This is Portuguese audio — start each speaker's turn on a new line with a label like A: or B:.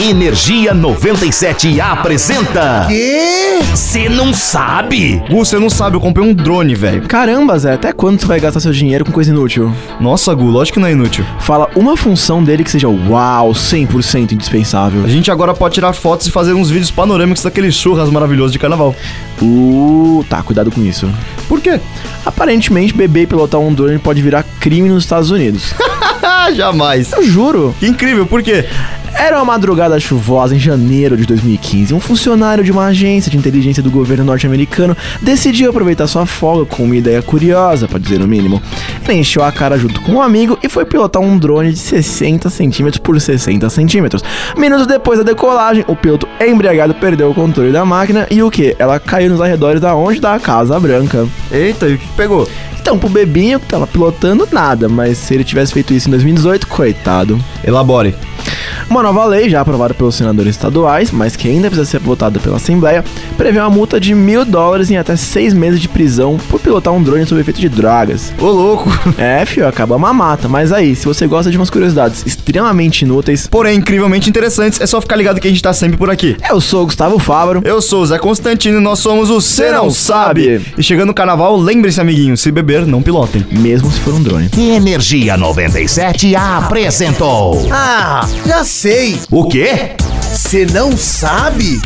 A: Energia 97 apresenta.
B: Quê?
A: Você não sabe?
C: Gu, você não sabe, eu comprei um drone, velho.
B: Caramba, Zé, até quando tu vai gastar seu dinheiro com coisa inútil?
C: Nossa, Gu, lógico que não é inútil.
B: Fala uma função dele que seja uau, 100% indispensável.
C: A gente agora pode tirar fotos e fazer uns vídeos panorâmicos daquele churras maravilhoso de carnaval.
B: Uh, tá, cuidado com isso.
C: Por quê?
B: Aparentemente, beber e pilotar um drone pode virar crime nos Estados Unidos.
C: Ah, jamais.
B: Eu juro.
C: Que incrível, por quê?
B: Era uma madrugada chuvosa em janeiro de 2015. Um funcionário de uma agência de inteligência do governo norte-americano decidiu aproveitar sua folga com uma ideia curiosa, pra dizer o mínimo. Ele encheu a cara junto com um amigo e foi pilotar um drone de 60 centímetros por 60 centímetros. Minutos depois da decolagem, o piloto embriagado perdeu o controle da máquina e o que? Ela caiu nos arredores da onde da Casa Branca.
C: Eita, e o que pegou?
B: Então, pro bebinho que tava pilotando, nada, mas se ele tivesse feito isso em 2018, coitado.
C: Elabore.
B: Uma nova lei, já aprovada pelos senadores estaduais, mas que ainda precisa ser votada pela Assembleia, prevê uma multa de mil dólares em até seis meses de prisão por pilotar um drone sob efeito de drogas.
C: Ô, louco.
B: É, fio, acaba uma mata, mas aí, se você gosta de umas curiosidades extremamente inúteis,
C: Porém, incrivelmente interessantes, é só ficar ligado que a gente tá sempre por aqui.
B: eu sou o Gustavo Fávaro.
C: Eu sou o Zé Constantino e nós somos o Cê Não Sabe. E chegando no carnaval, lembrem-se, amiguinhos, se beber, não pilotem.
B: Mesmo se for um drone.
A: Energia 97 apresentou.
D: Ah, já sei.
A: O quê?
D: Você não sabe?